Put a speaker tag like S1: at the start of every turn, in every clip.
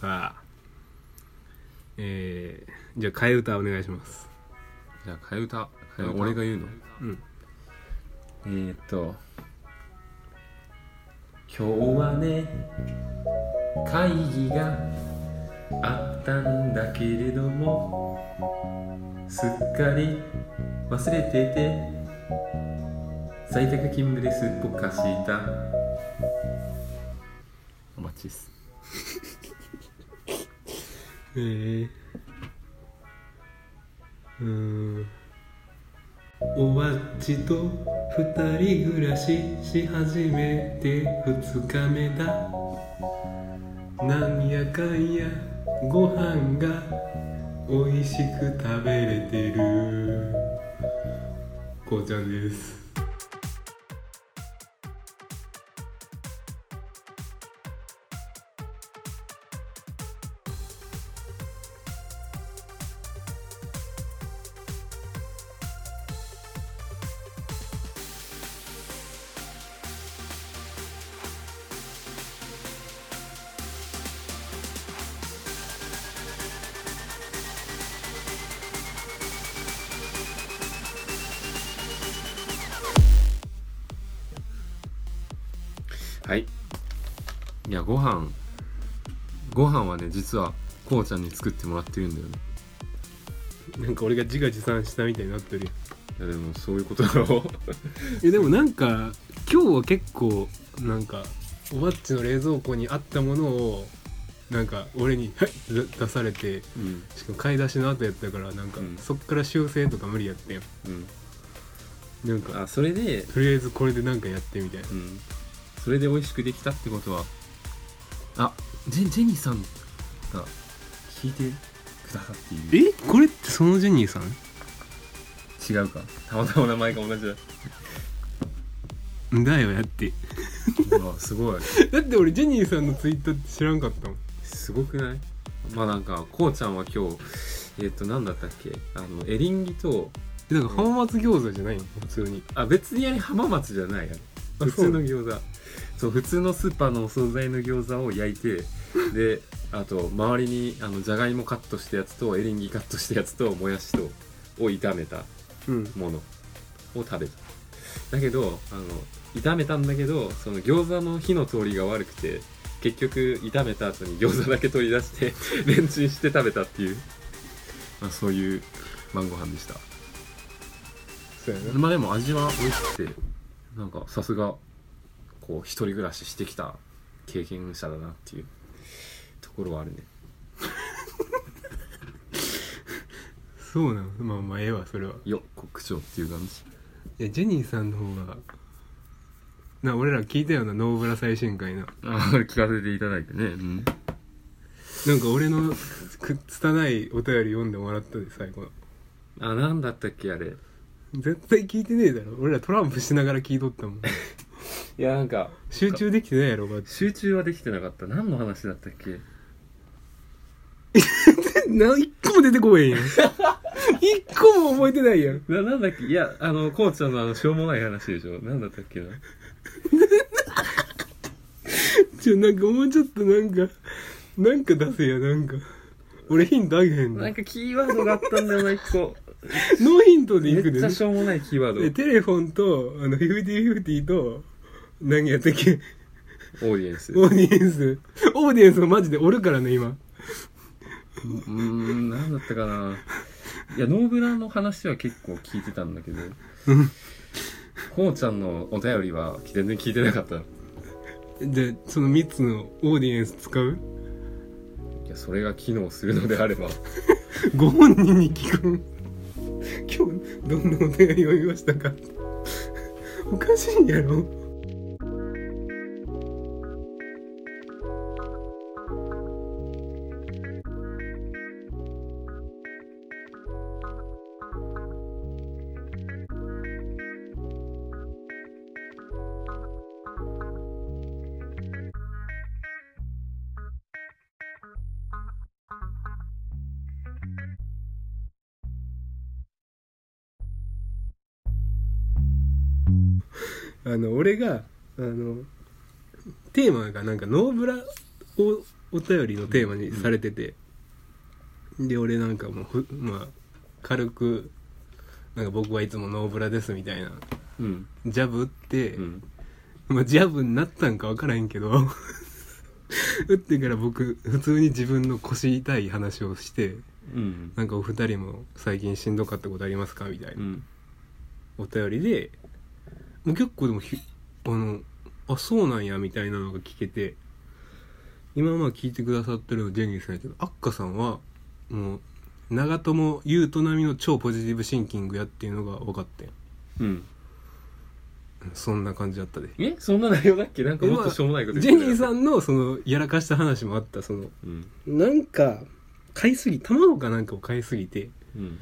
S1: さあえー、じゃあ替え歌お願いします
S2: じゃあ替え歌
S1: え歌
S2: 俺が言うの
S1: うん
S2: えー、っと今日はね会議があったんだけれどもすっかり忘れてて在宅勤務ですっぽかしたお待ちです
S1: えー、うーんおわっちと二人暮らしし始めて二日目だなんやかんやご飯が美味しく食べれてるこうちゃんです
S2: はいいやご飯ご飯はね実はこうちゃんに作ってもらってるんだよね
S1: なんか俺が自画自賛したみたいになってるよ
S2: いやでもそういうことだろ
S1: えでもなんか今日は結構なんかおばっちの冷蔵庫にあったものをなんか俺に「はい!」出されて
S2: う、うん
S1: しかも買い出しの後やったからなんか
S2: うん
S1: そっから修正とか無理やってん
S2: うん、
S1: なんか
S2: あそれで、
S1: とりあえずこれでなんかやってみたいな
S2: うん、それで美味しくできたってことはあジェジェニーさんが聞いてくださっている
S1: えこれってそのジェニーさん
S2: 違うかたまたま名前が同じだ
S1: だよやって
S2: うわすごい
S1: だって俺ジェニーさんのツイートって知らんかったもん
S2: すごくないまあなんかこうちゃんは今日えっ、と何だったっけあのエリンギと
S1: えだから浜松餃子じゃないの普通に
S2: あ別にあれ浜松じゃないあれ
S1: あ
S2: 普通の餃子そう普通のスーパーのお惣菜の餃子を焼い てであと周りにあのじゃがいもカットしたやつとエリンギカットしたやつともやしとを炒めた
S1: うん
S2: ものを食べただけどあの炒めたんだけどその餃子の火の通りが悪くて結局炒めた後に餃子だけ取り出して レンチンして食べたっていう、まあ、そういう晩ご飯でした
S1: そうやな
S2: まあでも味は美味しくてなんかさすがこう一人暮らししてきた経験者だなっていうところはあるね
S1: そうなのまあまあええわそれは
S2: よっ国長っていう感じ
S1: いやジェニーさんの方がな俺ら聞いたようなノーブラ最新回な
S2: ああ 聞かせていただいてねうん
S1: なんか俺のく拙いお便り読んでもらったで最後の
S2: あなんだったっけあれ
S1: 絶対聞いてねえだろ俺らトランプしながら聞いとったもん
S2: いやなんか
S1: 集中できてないやろおばっち
S2: 集中はできてなかった何の話だったっけ
S1: な一個も出てこえへんやん 一個も覚えてないやん
S2: ななんだっけいやあのこうちゃんのあのしょうもない話でしょなんだったっけな
S1: ちょなんかもうちょっとなんかなんか出せやなんか俺ヒントあげへんの
S2: な
S1: ノ
S2: んかキーワードがあったんだよな一個
S1: ーヒントで
S2: め
S1: いく
S2: っ
S1: で
S2: ちゃしょうもないキーワ
S1: で
S2: ー
S1: テレフォンとあのフィフティフィフティと何やったっけ
S2: ドオーディエンス
S1: オーディエンスオーディエンスもマジでおるからね今
S2: うーん、なんだったかな。いや、ノーブラの話は結構聞いてたんだけど、こうちゃんのお便りは全然聞いてなかった。い
S1: でその3つのオーディエンス使う
S2: や、それが機能するのであれば。
S1: ご本人に聞く今日どんなお手紙を読みましたか おかしいやろあの俺があのテーマがなんかノーブラをお便りのテーマにされてて、で俺なんかもうふまあ軽くなんか僕はいつもノーブラですみたいな
S2: うん
S1: ジャブ打って、
S2: うん
S1: まあ、ジャブになったんか分からへんけど 打ってから僕普通に自分の腰痛い話をして
S2: うん
S1: なんかお二人も最近しんどかったことありますかみたいな、
S2: うん
S1: お便りでもう結構でもひあのあそうなんやみたいなのが聞けて今まあ聞いてくださってるのジェニーさんやけどアッカさんはもう長友優斗並みの超ポジティブシンキングやっていうのが分かってん
S2: うん
S1: そんな感じだったで
S2: えそんな内容だっけなんかもっとしょうもないこと
S1: ジェニーさ
S2: ん
S1: んのそのやらかした話もあったその
S2: うん
S1: なんか買いすぎ卵かなんかを買いすぎて
S2: うん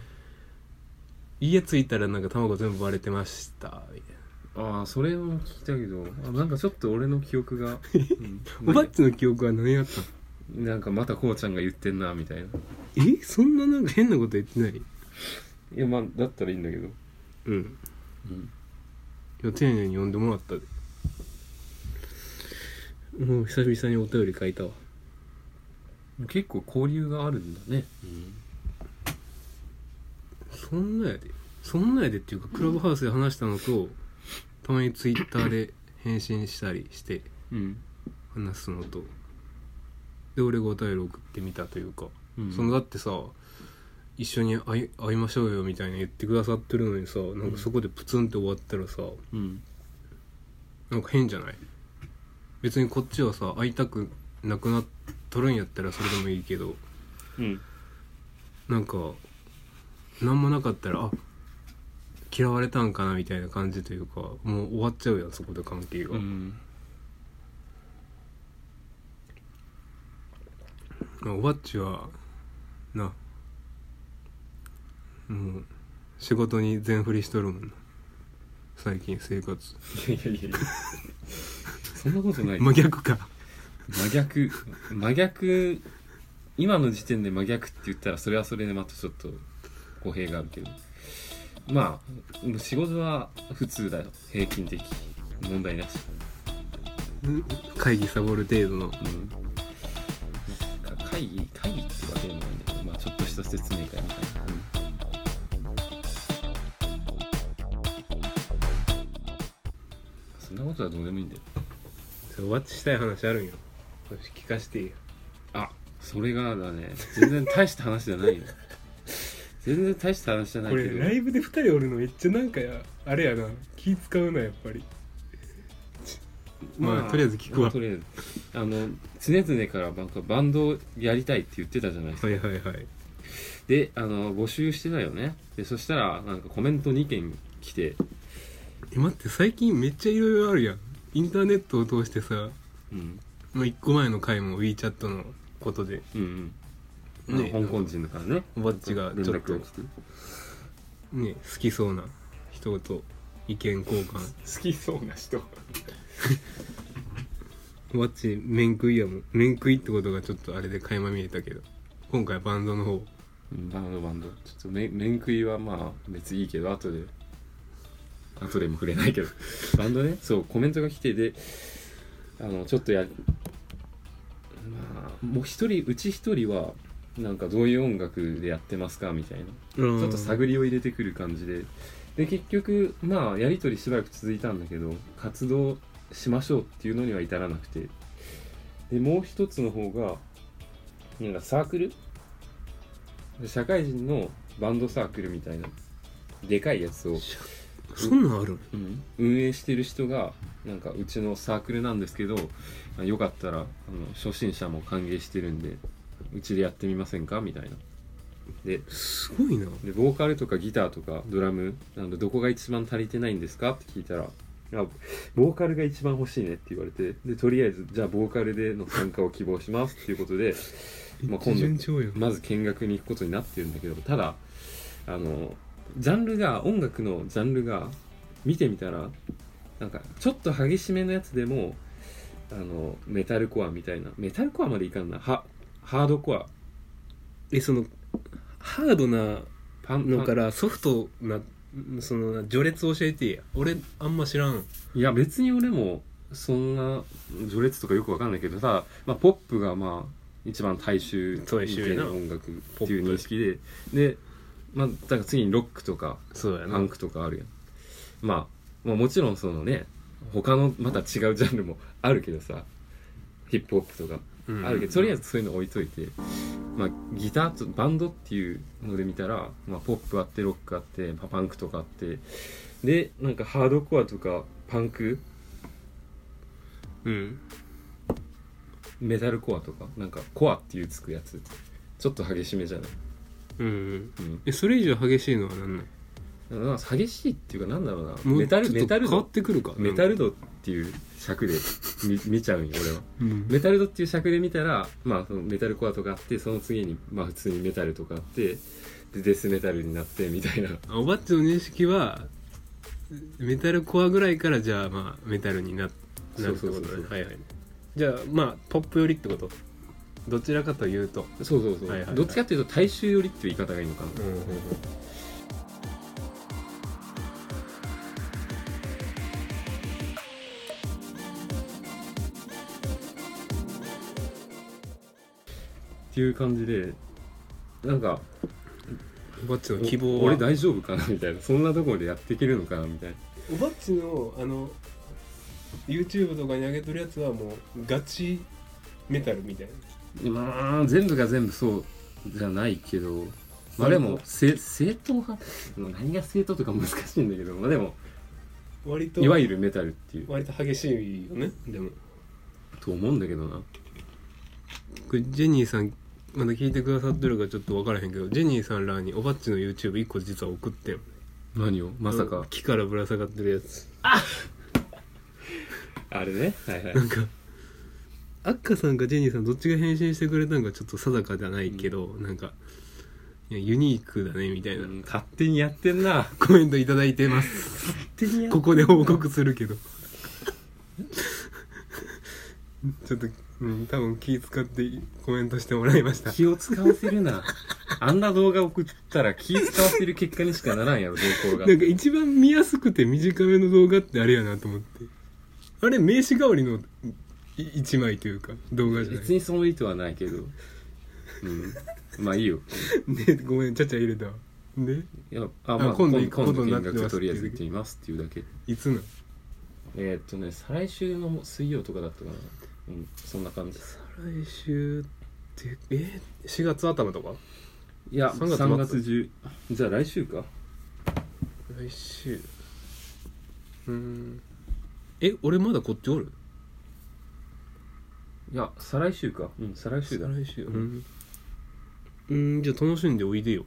S1: 家着いたらなんか卵全部割れてましたみたいな
S2: ああそれも聞いたけどあなんかちょっと俺の記憶が、う
S1: お
S2: ん
S1: ばっちの記憶は何やったの
S2: なんかまたこうちゃんが言ってんなみたいな
S1: えそんななんか変なこと言ってない
S2: いやまあだったらいいんだけど
S1: うん
S2: うん
S1: いや丁寧に読んでもらったでもう久々にお便り書いたわ
S2: 結構交流があるんだね
S1: そんなやでそんなやでっていうかクラブハウスで話したのとたまにツイッターで返信したりして
S2: うん
S1: 話すのとで俺がお便り送ってみたというか、
S2: うん
S1: そのだってさ一緒に会い会いましょうよみたいな言ってくださってるのにさなんかそこでプツンって終わったらさ、
S2: うん
S1: なんか変じゃない別にこっちはさ会いたくなくなっとるんやったらそれでもいいけど
S2: うん
S1: なんか何もなかったらあ嫌われたんかなみたいな感じというかもう終わっちゃうやんそこで関係が、
S2: うん
S1: まあおばっちはなもう仕事に全振りしとるもんな最近生活
S2: いやいやいやいやそんなことない
S1: 真逆か
S2: 真逆真逆今の時点で真逆って言ったらそれはそれでまたちょっと語弊があるけどまあ仕事は普通だよ平均的問題なし、
S1: うん会議サボる程度の
S2: うん、か会議会議ってわけでもないんだけどまあちょっとした説明会みたいな、そんなことはどうでもいいんだよ
S1: それおばっちしたい話あるんよよし聞かしていいよ
S2: あそれがだね 全然大した話じゃないよ全然大した話じゃない
S1: こ
S2: け
S1: れ
S2: ど
S1: ライブで2人おるのめっちゃなんかやあれやな気使うなやっぱりまあとりあえず聞くわ
S2: まあとりあえずあの常々からなんかバンドをやりたいって言ってたじゃないですか
S1: はいはいはい
S2: であの募集してたよねでそしたらなんかコメント2件来て、
S1: え待って最近めっちゃいろいろあるやんインターネットを通してさ
S2: うん
S1: もう1個前の回も WeChat のことで
S2: うんうんまあ
S1: ね
S2: 香港人だからね
S1: おばっちが
S2: 連
S1: ちょっ
S2: 絡
S1: と
S2: が来て
S1: ね好きそうな人と意見交換
S2: 好きそうな人
S1: おばっち面食いやもん面食いってことがちょっとあれで垣間見えたけど今回バンドの方
S2: バンドバンドちょっとめ面食いはまあ別にいいけど後で後でも触れないけど バンドねそうコメントが来てであのちょっとやまあもう一人うち一人はなんかどういう音楽でやってますかみたいな
S1: ち
S2: ち
S1: ょ
S2: ょっと探りを入れてくる感じでで結局まあやり取りしばらく続いたんだけど活動しましょうっていうのには至らなくてでもう一つの方がなんかサークルで社会人のバンドサークルみたいなでかいやつを、
S1: そんなんある
S2: 運営してる人がなんかうちのサークルなんですけどあよかったらあの初心者も歓迎してるんでうちでやってみませんかみたいなです
S1: ごいな
S2: でボーカルとかギターとかドラムなんでどこが一番足りてないんですかって聞いたらあボーカルが一番欲しいねって言われてでとりあえずじゃあボーカルでの参加を希望しますっていうことで、まあ、今
S1: 順
S2: 度
S1: 調やん
S2: まず見学に行くことになってるんだけどただあのジャンルが音楽のジャンルが見てみたらなんかちょっと激しめのやつでもあのメタルコアみたいなメタルコアまでいかんなはハードコア
S1: えそのハードな
S2: パンパ
S1: の
S2: ン
S1: からソフトなその序列教えてや俺あんま知らん
S2: いや別に俺もそんな序列とかよくわかんないけどただ、まあ、ポップがまあ一番大衆
S1: 大衆やな
S2: 向けの音楽っていう認識でで、まあ、だから次にロックとか
S1: そうや
S2: パ
S1: な
S2: ンクとかあるやん、まあ、まあもちろんそのね他のまた違うジャンルも あるけどさヒップホップとか
S1: うん
S2: あるけどとりあえずそういうの置いといて、まあ、ギターとバンドっていうので見たら、まあ、ポップあってロックあってまあパンクとかあってでなんかハードコアとかパンク
S1: うん
S2: メタルコアとかなんかコアっていうつくやつちょっと激しめじゃない、
S1: うんうん
S2: うん、
S1: えそれ以上激しいのは何なん
S2: なんか激しいっていうかなんだろうな
S1: もう
S2: メタル
S1: ちょ
S2: メ
S1: っと
S2: タル
S1: 変わ
S2: 度
S1: ってくるか
S2: メタル度っていう尺で見 見ちゃうんよ俺は
S1: うん
S2: メタルドっていう尺で見たら、まあ、そのメタルコアとかあってその次に、まあ、普通にメタルとかあってでデスメタルになってみたいな
S1: おばっちの認識はメタルコアぐらいからじゃあまあメタルにななるってこと
S2: そうそう
S1: だ
S2: そう
S1: ね
S2: そう
S1: はいはいじゃあまあポップ寄りってことどちらかというと
S2: そうそうそう、
S1: はいはいはい
S2: どっちかっていうと大衆寄りっていう言い方がいいのかな
S1: うんうんうん
S2: っていう感じでなんか
S1: おばっちの希望
S2: お
S1: は
S2: 俺大丈夫かなみたいなそんなところでやっていけるのかなみたいな
S1: おばっちのあの YouTube とかに上げてるやつはもうガチメタルみたいな
S2: まあ全部が全部そうじゃないけどまあでもせ正統派何が正統とか難しいんだけどまあでも
S1: 割と
S2: いわゆるメタルっていう
S1: 割と激しいよねでも
S2: と思うんだけどな
S1: これジェニーさんまだ聞いてくださってるかちょっと分からへんけどジェニーさんらにおばっちの YouTube1 個実は送ってん
S2: 何をまさか、
S1: あの木からぶら下がってるや つ
S2: あれねはい はい
S1: なんかアッカさんかジェニーさんどっちが返信してくれたのかちょっと定かじゃないけど、なんかいやユニークだねみたいな、
S2: うん勝手にやってんな
S1: コメントいただいてます
S2: 勝手に
S1: ここで報告するけど ちょっと、うん、多分気使ってコメントしてもらいま した
S2: 気を使わせるな あんな動画送ったら気使わせる結果にしかならんや ろ動向が
S1: なんか一番見やすくて短めの動画ってあれやなと思ってあれ名刺代わりのい一枚というか動画じゃない
S2: 別にその意図はないけどうんまあいいよ
S1: でごめんちゃちゃ入れたわで
S2: いやあ、
S1: あ
S2: まあ、
S1: 今
S2: 今
S1: 度
S2: 度
S1: 行く
S2: 今
S1: こと
S2: 度
S1: になっ
S2: 見
S1: てます
S2: 学とりあえず行ってみますっていうだけ
S1: いつなん
S2: えー、っとね再来週の水曜とかだったかなうんそんな感じ
S1: 来週ってえ4月頭とか
S2: いや
S1: 3月末
S2: 3月中じゃあ来週か
S1: 来週うーんえ俺まだこっちおる
S2: いや再来週かうん再来週だ
S1: 来週うんうんじゃあ楽しんでおいでよ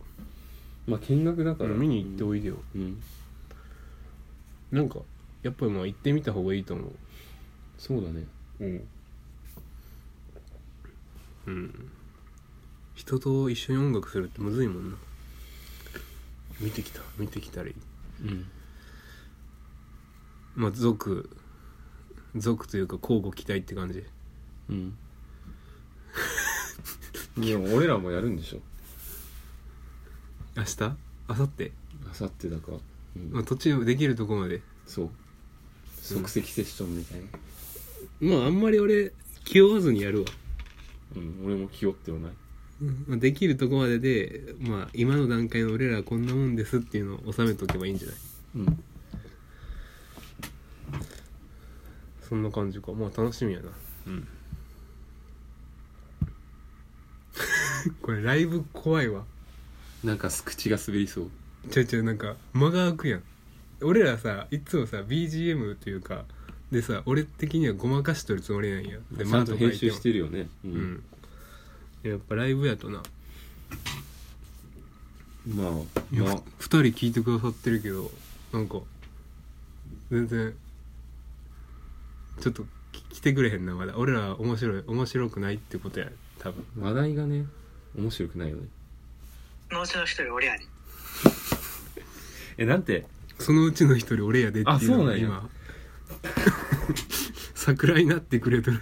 S2: まあ見学だから
S1: 見に行っておいでよ、
S2: うん、うん
S1: なんかやっぱりまあ行ってみた方がいいと思う
S2: そうだね
S1: うん、人と一緒に音楽するってむずいもんな見てきた見てきたり
S2: うん
S1: まあ族族というか交互期待って感じ
S2: うんでも俺らもやるんでしょ
S1: 明日明後日
S2: あさってだか、うん
S1: まあ途中できるとこまで
S2: そう即席セッションみたいな
S1: まああんまり俺気負わずにやるわ、
S2: うん俺も気負ってはない
S1: まあ、できるとこまででまあ今の段階の俺らはこんなもんですっていうのを収めとけばいいんじゃない
S2: うん
S1: そんな感じかまあ楽しみやなうんこれライブ怖いわ
S2: なんか口が滑りそう
S1: ちょいちょいなんか間が空くやん俺らさいつもさ BGM というかでさ俺的にはごまかしとるつもりなんやで
S2: ちゃん
S1: 間か
S2: と
S1: 空い
S2: 編集
S1: も
S2: してるよねう
S1: うん、やっぱライブやとな、
S2: まあ
S1: いや
S2: まあ
S1: ふ2人聞いてくださってるけどなんか全然ちょっとき来てくれへんなまだ俺ら面白い面白くないってことや多分
S2: 話題がね面白くないよね
S3: のうちの一人俺やで
S2: えなんて
S1: そのうちの一人俺やでっていうの
S2: あそうな
S1: が
S2: んや
S1: 今 桜になってくれとる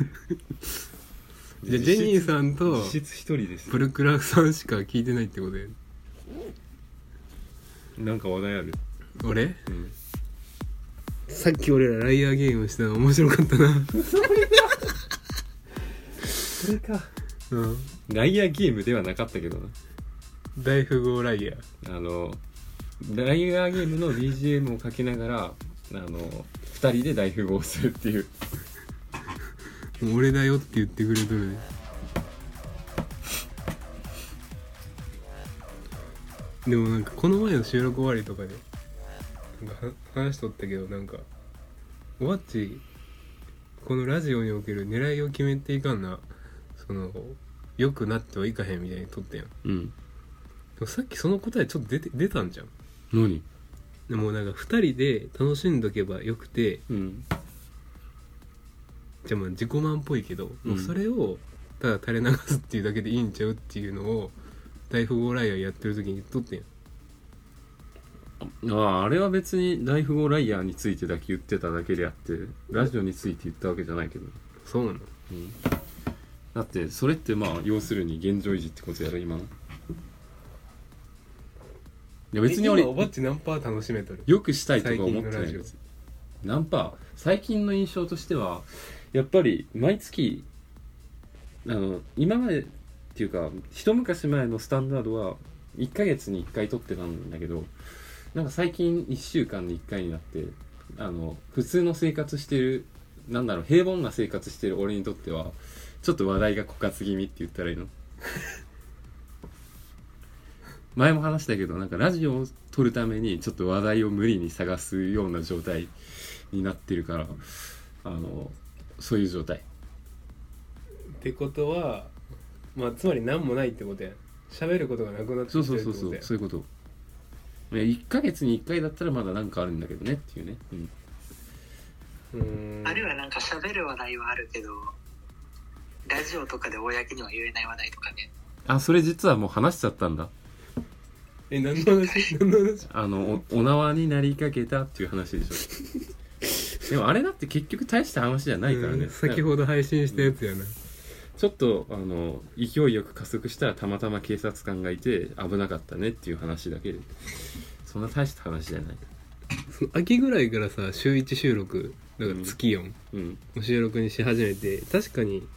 S1: じゃあジェニーさんと
S2: 実質一人です
S1: ブルクラさんしか聞いてないってことで
S2: なんか話題ある、
S1: 俺
S2: うん、
S1: さっき俺らライアーゲームしたの面白かったな
S2: それか
S1: うん
S2: ライアーゲームではなかったけどな
S1: 大富豪ライヤー
S2: あのライアーゲームの BGM をかけながらあの2人で大富豪をするっていう
S1: もう俺だよって言ってくれとるででもなんかこの前の収録終わりとかでなんかは話しとったけどなんかおばっちこのラジオにおける狙いを決めていかんなその良くなってはいかへんみたいにとったやんで
S2: うん
S1: もさっきその答えちょっと出て出たんじゃん
S2: 何
S1: でもなんか2人で楽しんどけばよくて
S2: うん
S1: じゃあまあ自己満っぽいけど、
S2: うん
S1: もうそれをただ垂れ流すっていうだけでいいんちゃうっていうのを大富豪ライアーやってる時に言っとってん
S2: あああれは別に大富豪ライアーについてだけ言ってただけであってラジオについて言ったわけじゃないけど、
S1: そうなの
S2: うん、だってそれってまあ要するに現状維持ってことやろ今のいや別に俺
S1: え今おばっち何パー楽しめとる
S2: よくしたいとか思ってな
S1: 最近の
S2: いで
S1: ラジ
S2: す何パー最近の印象としてはやっぱり毎月あの今までっていうか一昔前のスタンダードは1ヶ月に1回撮ってたんだけどなんか最近1週間に1回になってあの普通の生活してるなんだろう平凡な生活してる俺にとってはちょっと話題が枯渇気味って言ったらいいの前も話したけどなんかラジオを撮るためにちょっと話題を無理に探すような状態になってるからあのそういう状態
S1: ってことはまあつまり何もないってことやん喋ることがなくなってきて
S2: そう
S1: る
S2: そ
S1: っ
S2: う
S1: て
S2: そ
S1: ことや
S2: うそう
S1: ん
S2: そういうこといや1ヶ月に1回だったらまだなんかあるんだけどねっていうね、うん、
S1: うーん
S3: あるいはなんか喋る話題はあるけどラジオとかで公には言えない話題とかね
S2: あそれ実はもう話しちゃったんだ
S1: え何の 話何の話
S2: あのおお縄になりかけたっていう話でしょ でもあれだって結局大した話じゃないから
S1: う
S2: ね
S1: ん先ほど配信したやつやな、
S2: ちょっとあの勢いよく加速したらたまたま警察官がいて危なかったねっていう話だけでそんな大した話じゃない
S1: その秋ぐらいからさ週1収録だから月4、
S2: うん
S1: の収録にし始めて確かに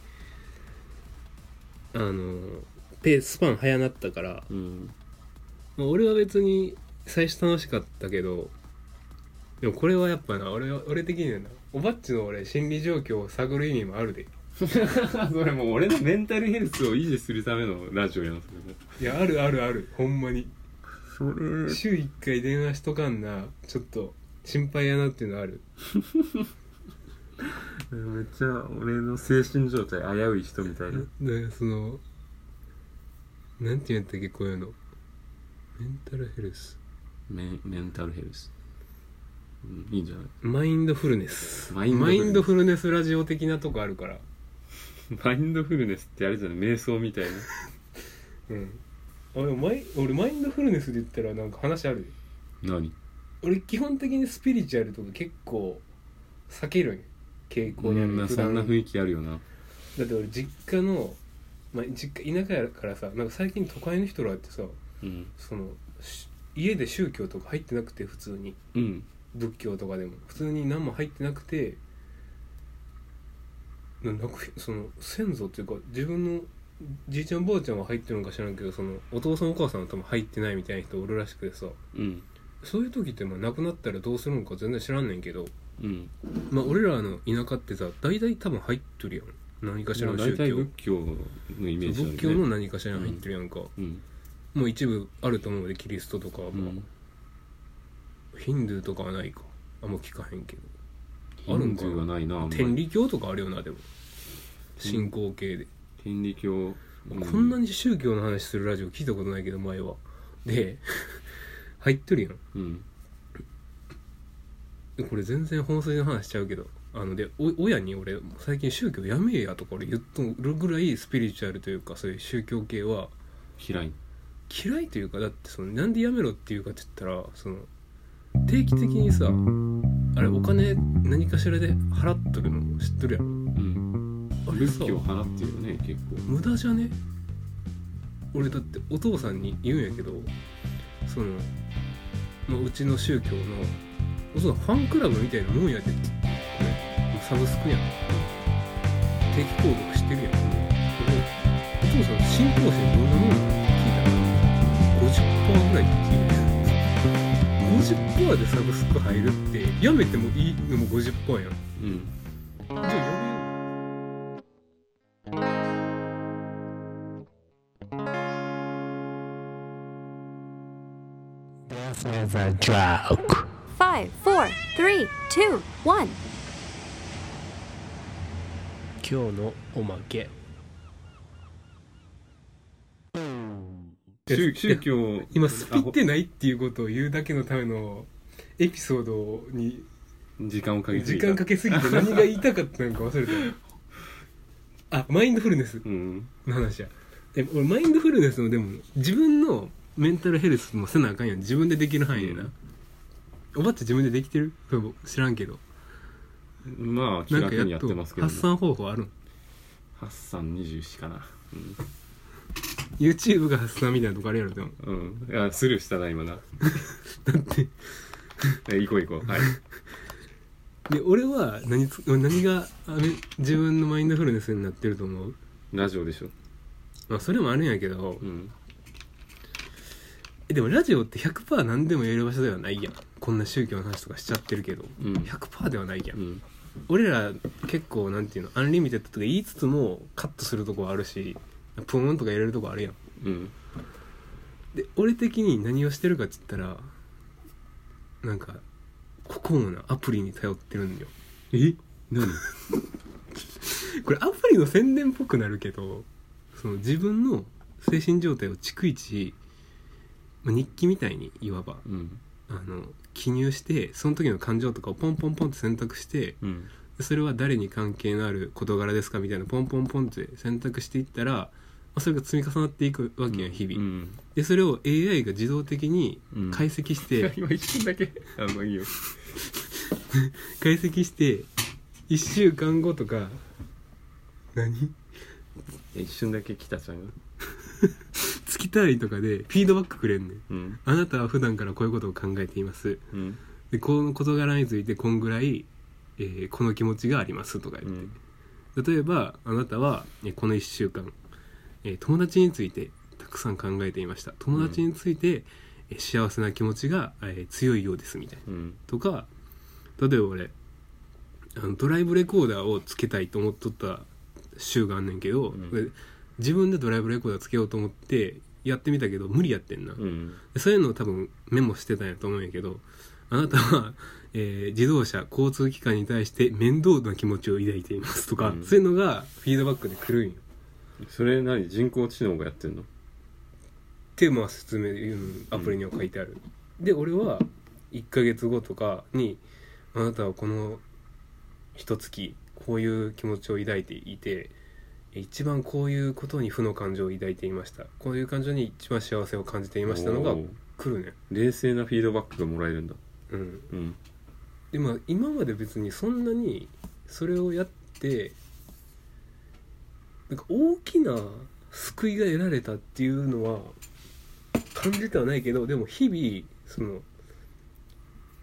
S1: あのペーススパン早なったから、
S2: うん
S1: まあ、俺は別に最初楽しかったけどでもこれはやっぱな俺は俺的にはなおばっちの俺心理状況を探る意味もあるで
S2: それもう俺のメンタルヘルスを維持するためのラジオやん
S1: いやあるあるあるほんまに
S2: それ
S1: 週1回電話しとかんなちょっと心配やなっていうのはある
S2: めっちゃ俺の精神状態危うい人みたいな
S1: でそのなんて言うんだっけこういうのメンタルヘルス
S2: メンメンタルヘルス、うん、いいんじゃない
S1: マインドフルネス
S2: マ
S1: マ
S2: イ
S1: イ
S2: ンドフルネス
S1: ンドフルネスラジオ的なとこあるから
S2: マインドフルネスってあれじゃない瞑想みたいな
S1: うん俺マイ俺マインドフルネスで言ったらなんか話あるよ
S2: 何
S1: 俺基本的にスピリチュアルとか結構避けるんよ傾向
S2: こ
S1: にある、
S2: んな
S1: 普
S2: そ
S1: 段
S2: んな雰囲気あるよな
S1: だって俺実家の、まあ、実家田舎やからさなんか最近都会の人らってさ
S2: うん
S1: そのし家で宗教とか入ってなくて普通に
S2: うん
S1: 仏教とかでも普通に何も入ってなくてななくその先祖っていうか自分のじいちゃんばあちゃんは入ってるのか知らんけどそのお父さんお母さんは多分入ってないみたいな人おるらしくてさ
S2: うん
S1: そういう時ってまあ亡くなったらどうするのか全然知らんねんけど
S2: うん
S1: まあ俺らの田舎ってさ大体多分入っとるやん何かしらの
S2: まあ
S1: 宗
S2: 大体
S1: 教
S2: 仏教のイメージある、ね、
S1: 仏教の何かしらに入ってるやんか、
S2: うん、
S1: もう一部あると思うでキリストとか、
S2: う
S1: ま
S2: ん、
S1: あヒンドゥーとかはないかあんま聞かへんけど
S2: あるんかがないなあんまり
S1: 天理教とかあるよなでも信仰系で、
S2: 天理教、う
S1: こんなに宗教の話するラジオ聞いたことないけど前はで 入っとるやん
S2: うん
S1: でこれ全然本筋の話しちゃうけどあのでお親に俺最近宗教やめえやとか俺言っとるぐらいスピリチュアルというかそういう宗教系は
S2: 嫌い
S1: 嫌いというかだってそのなんでやめろっていうかって言ったらその定期的にさあれお金何かしらで払っとるの知っとるやん
S2: うん
S1: あれ
S2: 仏
S1: さ
S2: 教払ってるよね結構
S1: 無駄じゃね俺だってお父さんに言うんやけどその、まあうちの宗教のお父さんファンクラブみたいなもんやで、ね、サブスクやん定期購読してるやんでおそもそも新校生どんなもんなのって聞いたら50パーぐらいって聞いて50パーでサブスク入るってやめてもいいのも50パーやん
S2: うん
S1: じゃあやめよう
S4: 5 4 3 2 1
S5: 今日のおまけ
S1: え
S2: 宗宗教
S1: 今スピってないっていうことを言うだけのためのエピソードに
S2: 時間をかけて
S1: 時間かけすぎて何が言いたかったのか忘れ たあマインドフルネス
S2: うん
S1: の話やえ俺マインドフルネスのでも自分のメンタルヘルスもせなあかんやん自分でできる範囲でな、おばっち自分でできてるそれも知らんけど
S2: まあ気
S1: なんか
S2: 楽に
S1: や
S2: や
S1: っ
S2: って
S1: と
S2: ますけど
S1: 発散方法あるん
S2: 発散24かな
S1: YouTube が発散みたいなとこあるやろでも
S2: うん、うん、あスルーしたな今な
S1: だって
S2: え行こう行こ うはい
S1: で俺は何つ何があれ自分のマインドフルネスになってると思う
S2: ラジオでしょ
S1: まあそれもあるんやけど
S2: うん
S1: えでもラジオって100%何でも言える場所ではないやんこんな宗教の話とかしちゃってるけど
S2: うん
S1: 100%ではないやん、
S2: うん
S1: 俺ら結構なんていうのアンリミテッドとか言いつつもカットするとこあるしプーンとか入れるとこあるやん
S2: うん
S1: で俺的に何をしてるかっつったらなんかココモなアプリに頼ってるんよ
S2: え何
S1: これアプリの宣伝っぽくなるけどその自分の精神状態を逐一、まあ、日記みたいにいわば
S2: うん
S1: あの記入してその時の感情とかをポンポンポンって選択して
S2: うん
S1: でそれは誰に関係のある事柄ですかみたいなポンポンポンって選択していったら、まあそれが積み重なっていくわけやん日々、
S2: うん
S1: でそれを AI が自動的に
S2: うん
S1: 解析し
S2: い
S1: て、
S2: や 今一瞬だけあまあいいよ
S1: 解析して1週間後とか何
S2: 一瞬だけたちゃんが
S1: 月単位とかでフィードバックくれんねん
S2: うん
S1: あなたは普段からこういうことを考えています
S2: うん
S1: でこの事柄についてこんぐらい、えーこの気持ちがありますとか言って、例えばあなたはえーこの1週間、えー友達についてたくさん考えていました友達について、えー幸せな気持ちが、えー強いようですみたいな
S2: うん
S1: とか例えば俺あのドライブレコーダーをつけたいと思っとった週があんねんけど、
S2: ん
S1: で自分でドライブレコーダーつけようと思ってやってみたけど無理やってんな、
S2: うん
S1: でそういうのを多分メモしてたんやと思うんやけどあなたは、えー自動車交通機関に対して面倒な気持ちを抱いていますとか、
S2: うん
S1: そういうのがフィードバックで来るんよ
S2: それ何人工知能がやってんの
S1: ってまあ説明うんアプリには書いてある、で俺は1ヶ月後とかに「あなたはこの一月こういう気持ちを抱いていて一番こういうことに負の感情を抱いていましたこういう感情に一番幸せを感じていましたのが
S2: おー
S1: 来るね
S2: 冷静なフィードバックがもらえるんだ
S1: うん
S2: うん
S1: でも今まで別にそんなにそれをやってなんか大きな救いが得られたっていうのは感じてはないけどでも日々その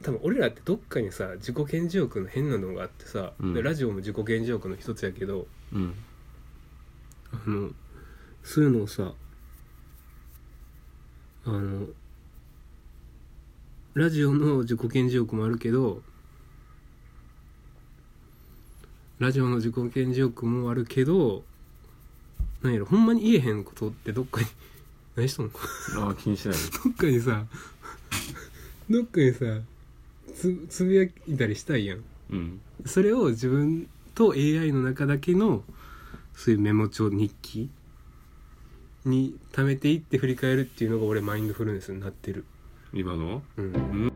S1: 多分俺らってどっかにさ自己顕示欲の変なのがあってさ、
S2: うん
S1: でラジオも自己顕示欲の一つやけど
S2: うん
S1: あのそういうのをさあのラジオの自己顕示欲もあるけどラジオの自己顕示欲もあるけどなんやろほんまに言えへんことってどっかに 何しとんの
S2: ああ気にしない
S1: どっかにさどっかにさつつぶやいたりしたいやん
S2: うん
S1: それを自分と AI の中だけのそういうメモ帳日記に貯めていって振り返るっていうのが俺マインドフルネスになってる、
S2: 今の
S1: うん、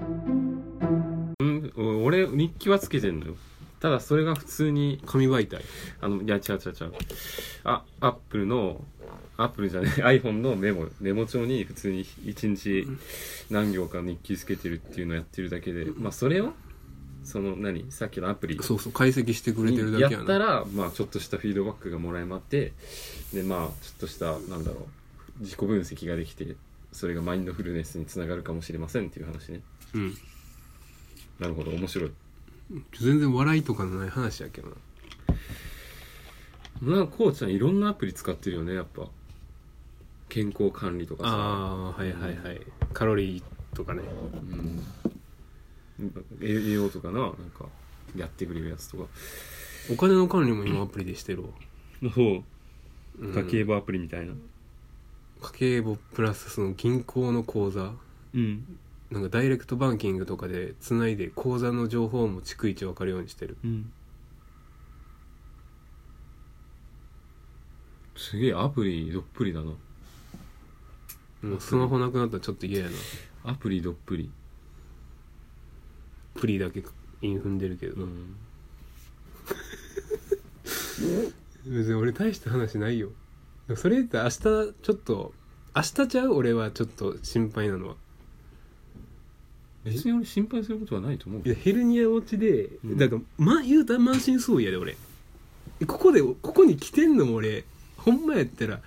S2: うんお俺日記はつけてんのよただそれが普通に
S1: 紙媒体
S2: あのいや違う違う違うあアップルのアップルじゃない iPhone のメモメモ帳に普通に一日何行か日記つけてるっていうのをやってるだけでまあそれをその何さっきのアプリ
S1: そうそう解析してくれてるだけ
S2: や
S1: や
S2: っ
S1: な
S2: たら、まあ、ちょっとしたフィードバックがもらえまってでまあちょっとしたなんだろう自己分析ができてそれがマインドフルネスにつながるかもしれませんっていう話ね
S1: うん
S2: なるほど面白い
S1: 全然笑いとかのない話やけどな
S2: なんかこうちゃんいろんなアプリ使ってるよねやっぱ健康管理とかさ、
S1: ああはいはいはいカロリーとかね
S2: うん、栄養とかななんかやってくれるやつとか
S1: お金の管理も今アプリでしてるわ、
S2: そう
S1: うん
S2: 家計簿アプリみたいな
S1: 家計簿プラスその銀行の口座
S2: うん
S1: なんかダイレクトバンキングとかでつないで口座の情報も逐一分かるようにしてる
S2: うんすげえアプリどっぷりだな
S1: もうスマホなくなったらちょっと嫌やな
S2: アプリどっぷり
S1: プリだけイン踏んでるけど、
S2: うん
S1: 別に俺大した話ないよでもそれ言ったら明日ちょっと明日ちゃう俺はちょっと心配なのは
S2: 別に俺心配することはないと思う
S1: いやヘルニア持ちで、
S2: うん
S1: だから、ま、言うたら満身創痍やで俺えここでここに来てんのも俺ほんまやったら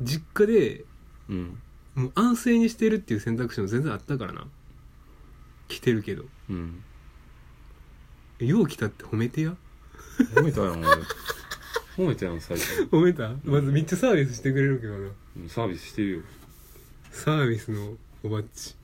S1: 実家で
S2: うん
S1: もう安静にしてるっていう選択肢も全然あったからな来てるけど
S2: うん
S1: よう来たって褒めてや
S2: 褒めたやん俺褒めたやん最初
S1: 褒めたまずめっちゃサービスしてくれるけどな
S2: うんサービスしてるよ
S1: サービスのおばっち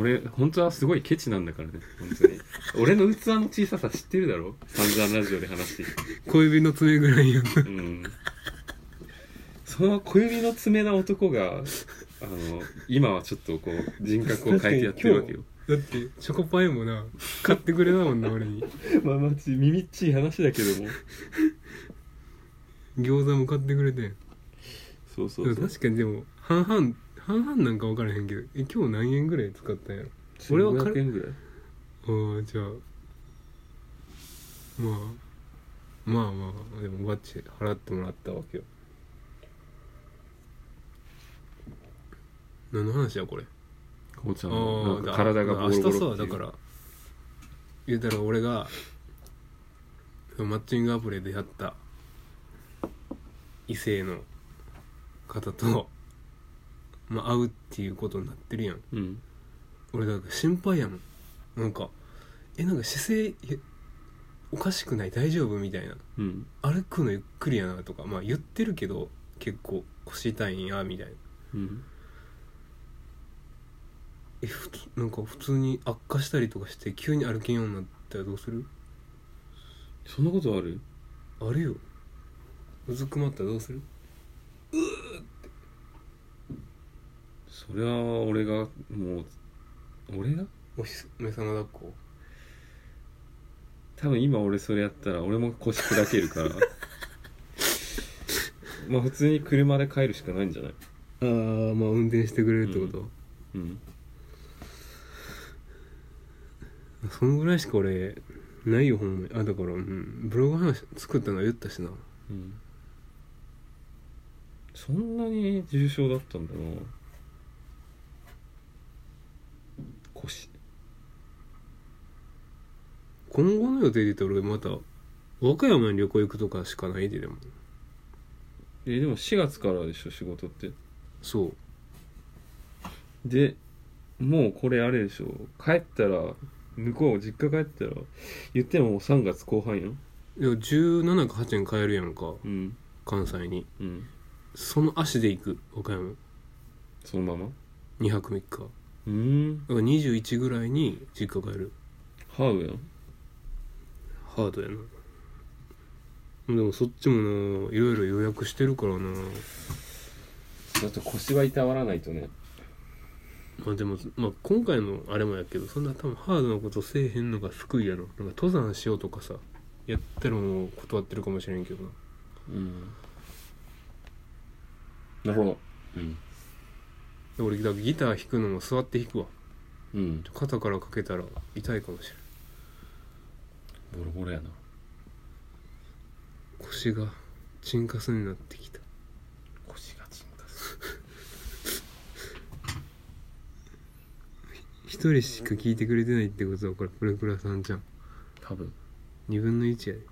S2: 俺本当はすごいケチなんだからね本当に俺の器の小ささ知ってるだろ散々ラジオで話してきて
S1: 小指の爪ぐらいやん
S2: うんその小指の爪な男があの今はちょっとこう人格を変えてやってるわけよ
S1: だってチョコパイもな買ってくれたもんな俺に
S2: まあまち耳っちい話だけども
S1: 餃子も買ってくれてん
S2: そうそう
S1: で
S2: そ
S1: も
S2: う
S1: 確かにでも半々半々なんか分からへんけどえ今日何円ぐらい使ったんやろ俺
S2: 俺
S1: は
S2: は
S1: 軽
S2: 500
S1: い
S2: 円ぐら
S1: あ
S2: い
S1: あじゃあまあまあまあでもバッチ払ってもらったわけよ何の話やこれ
S2: こうちゃん
S1: あ
S2: の
S1: あ
S2: なんか体がボロボロ
S1: 明日さだから言うたら俺がマッチングアプリでやった異性の方と、まあ、会うっていうことになってるやん
S2: うん
S1: 俺だから心配やもんなんかえなんか姿勢えおかしくない大丈夫みたいな
S2: うん
S1: 歩くのゆっくりやなとかまあ言ってるけど結構腰痛いんやみたいな
S2: うん
S1: え普通なんか普通に悪化したりとかして急に歩けんようになったらどうする
S2: そんなことある
S1: あるようずくまったらどうする
S2: それは俺がもう俺が
S1: おひす目覚ま抱っこ
S2: 多分今俺それやったら俺も腰砕けるから まあ普通に車で帰るしかないんじゃない
S1: ああまあ運転してくれるってこと、
S2: うん
S1: そんぐらいしか俺ないよほんまにあだから、うん、ブログ話作ったのは言ったしな
S2: うんそんなに重症だったんだな腰
S1: 今後の予定で言ったら俺また和歌山に旅行行くとかしかないででも
S2: えでも4月からでしょ仕事って
S1: そう
S2: でもうこれあれでしょ帰ったら向こう実家帰ったら言ってももう3月後半よ
S1: いや17か8に帰るやんか
S2: うん
S1: 関西に
S2: うん
S1: その足で行く和歌山
S2: そのまま
S1: 2泊3日だか
S2: うん
S1: ら21ぐらいに実家帰る
S2: ハーブやん
S1: ハードやなでもそっちもないろいろ予約してるからな
S2: ちょっと腰はいたわらないとね
S1: まあでも、まあ、今回のあれもやけどそんな多分ハードなことせえへんのが救いやろなんか登山しようとかさやったらもう断ってるかもしれんけどな
S2: うん。なるほど。うん。
S1: で俺だからギター弾くのも座って弾くわ
S2: うん。
S1: 肩からかけたら痛いかもしれん
S2: ボロボロやな。
S1: 腰がチンカスになってきた
S2: 腰がチンカス。
S1: 一人しか聞いてくれてないってことはこれプレクラさんじゃん
S2: 多分。
S1: 2分の1やで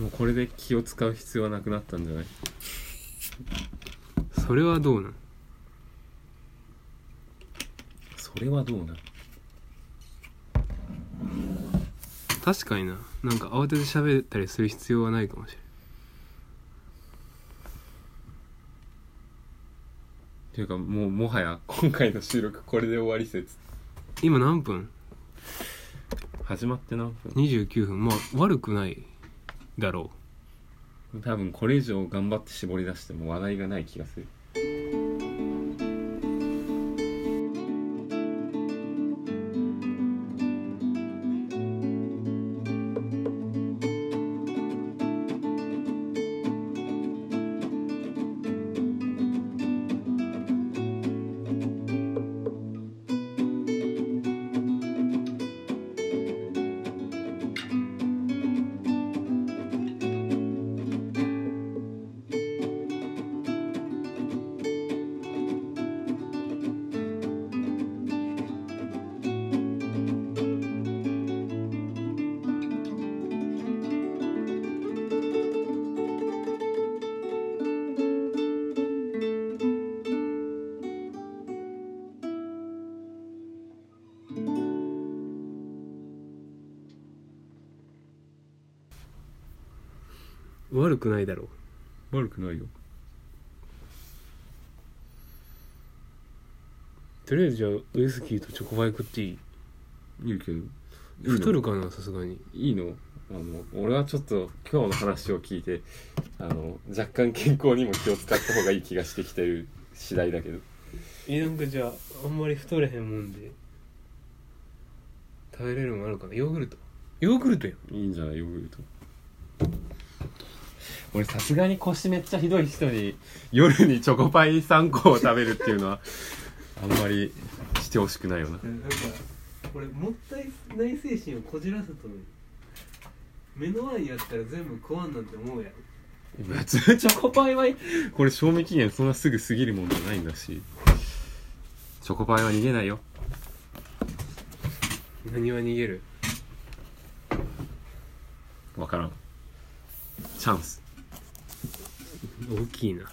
S2: もうこれで気を使う必要はなくなったんじゃない
S1: それはどうなん
S2: それはどうな
S1: 確かにななんか慌てて喋ったりする必要はないかもしれん
S2: ていうかもうもはや今回の収録これで終わり説
S1: 今何分
S2: 始まって何分
S1: 29分まあ悪くないだろ
S2: 多分これ以上頑張って絞り出しても話題がない気がする
S1: う悪くないだろ
S2: 悪くないよ
S1: うとりあえずじゃあウイスキーとチョコバイクっていい
S2: いいけどいいの
S1: 太るかなさすがに
S2: いいのあの俺はちょっと今日の話を聞いてあの若干健康にも気を使った方がいい気がしてきてる次第だけど
S1: えなんかじゃああんまり太れへんもんで食べれるもんあるかなヨーグルトヨーグルトやん
S2: いいんじゃないヨーグルト俺さすがに腰めっちゃひどい人に夜にチョコパイ3個を食べるっていうのは あんまりしてほしくないよな
S1: なんかこれもったいない精神をこじらすと目の前にやったら全部食わんなんて思うやん
S2: 別にチョコパイはこれ賞味期限そんなすぐ過ぎるもんじゃないんだしチョコパイは逃げないよ
S1: 何は逃げる
S2: わからんチャンス
S1: 大きいな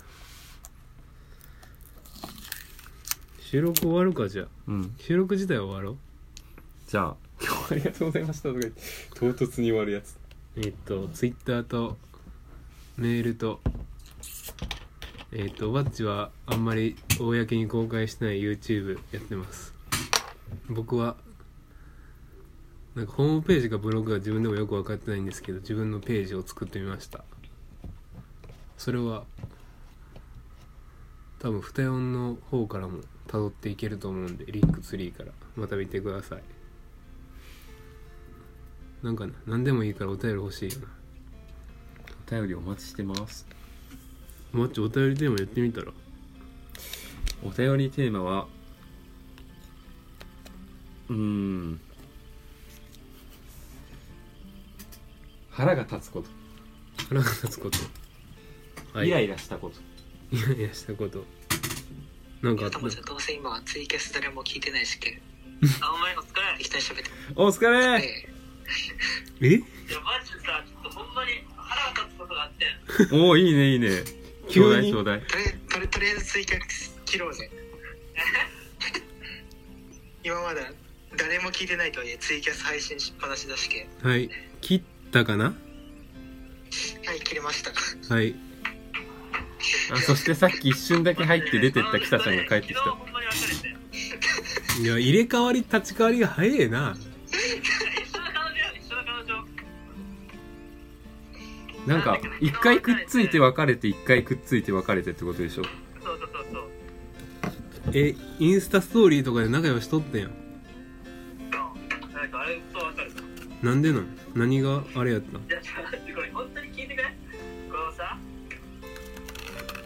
S1: 収録終わるかじゃあ
S2: うん
S1: 収録自体は終わろう
S2: じゃあ今 日はありがとうございましたとか言って唐突に終わるやつ
S1: えっとツイッターとメールとえっとバッチはあんまり公に公開してない YouTube やってます僕はなんかホームページかブログが自分でもよく分かってないんですけど自分のページを作ってみましたそれは多分二音の方からも辿っていけると思うんでリンクツリーからまた見てくださいなんかな何でもいいからお便り欲しいよな
S2: お便りお待ちしてます
S1: マッチお便りテーマやってみたら
S2: お便りテーマはうーん腹が立つこ
S1: 腹が立つこと
S2: と、
S1: はい
S2: イライラしたこと
S1: イライラしたことなんかあ
S3: や
S1: った
S3: ともちゃんどうせ今はツイキャス誰も聞いてないしけあお前お疲れ一人喋 って
S2: お疲
S3: も
S2: れ
S3: ね
S1: え
S3: いやマジでさちょっとほんまに腹が立つことがあって
S2: おおいいねいいねち
S1: 急
S2: ょうだ
S1: に
S2: いちょうだい
S3: とりとりとりあえずツイキャス切ろう ぜ今まだ誰も聞いてないとはいえツイキャス配信しっぱなしだしけ
S1: はい切ったかな
S3: はい切れました
S1: はい
S2: あそしてさっき一瞬だけ入って出てった北ちゃんが帰ってき
S3: 昨
S2: た
S3: 日ほんまに別れて
S1: いや入れ替わり立ち替わりが早えな
S3: 一緒の彼女よ一緒の彼女
S2: なんか一回くっついて別れて一回くっついて別れてってことでしょ
S3: そうそうそうそう
S1: ええインスタストーリーとかで仲良しとってんやん
S6: なんかあれそうわかるな。
S1: なんでなん何があれやった
S6: いや、ちょっと待って、これ本当に聞いてくれ。このさ、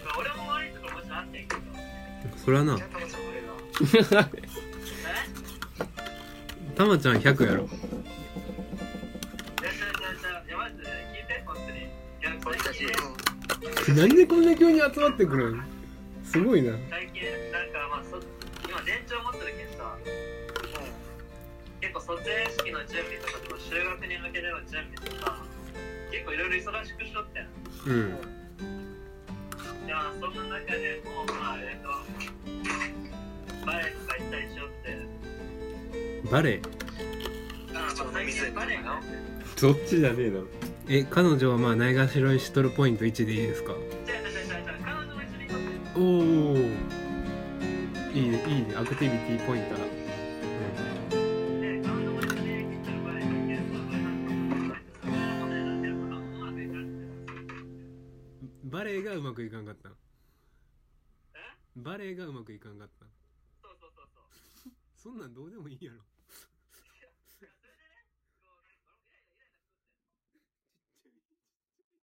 S6: まあ俺も悪いところもちろんあってんけど、
S1: そ らな
S3: ちょっともちろん俺が
S1: たまちゃん100やろ
S6: いや、ちょちょちょ、いや、まず聞いて、本当に。いや、これ
S3: 俺たち
S6: 聞いて
S1: なんでこんな急に集まってくるんすごいな
S6: 最近、なんかまあ、そ今、年長持ってるけどさ、結構卒園式の準備とか、でも修学に向けての準備とか、結構いろいろ忙しくしとって
S1: う
S6: ん。
S1: ん
S6: じゃあその中でもうまあえっとバレエとか行ったりしよって
S1: バレエ
S6: あ
S3: 口調の
S6: 最
S3: 水
S6: 近バレエが
S2: そっちじゃねえな
S1: え彼女はまあないがしろにしとるポイント1でいいですか
S6: じゃあじゃあじゃあじゃあ彼女も一緒に行こ
S1: おおいいねいいねアクティビティポイントだ
S6: うね彼女も一緒に行ったらバレエだけどバレエなんてそれはもうねなんていうのかなうまくいかんって
S1: バレエがうまくいかんかったんバレエがうまくいか
S6: え
S1: んかったん
S6: そうそうそうそう
S1: そんなんどうでもいいやろ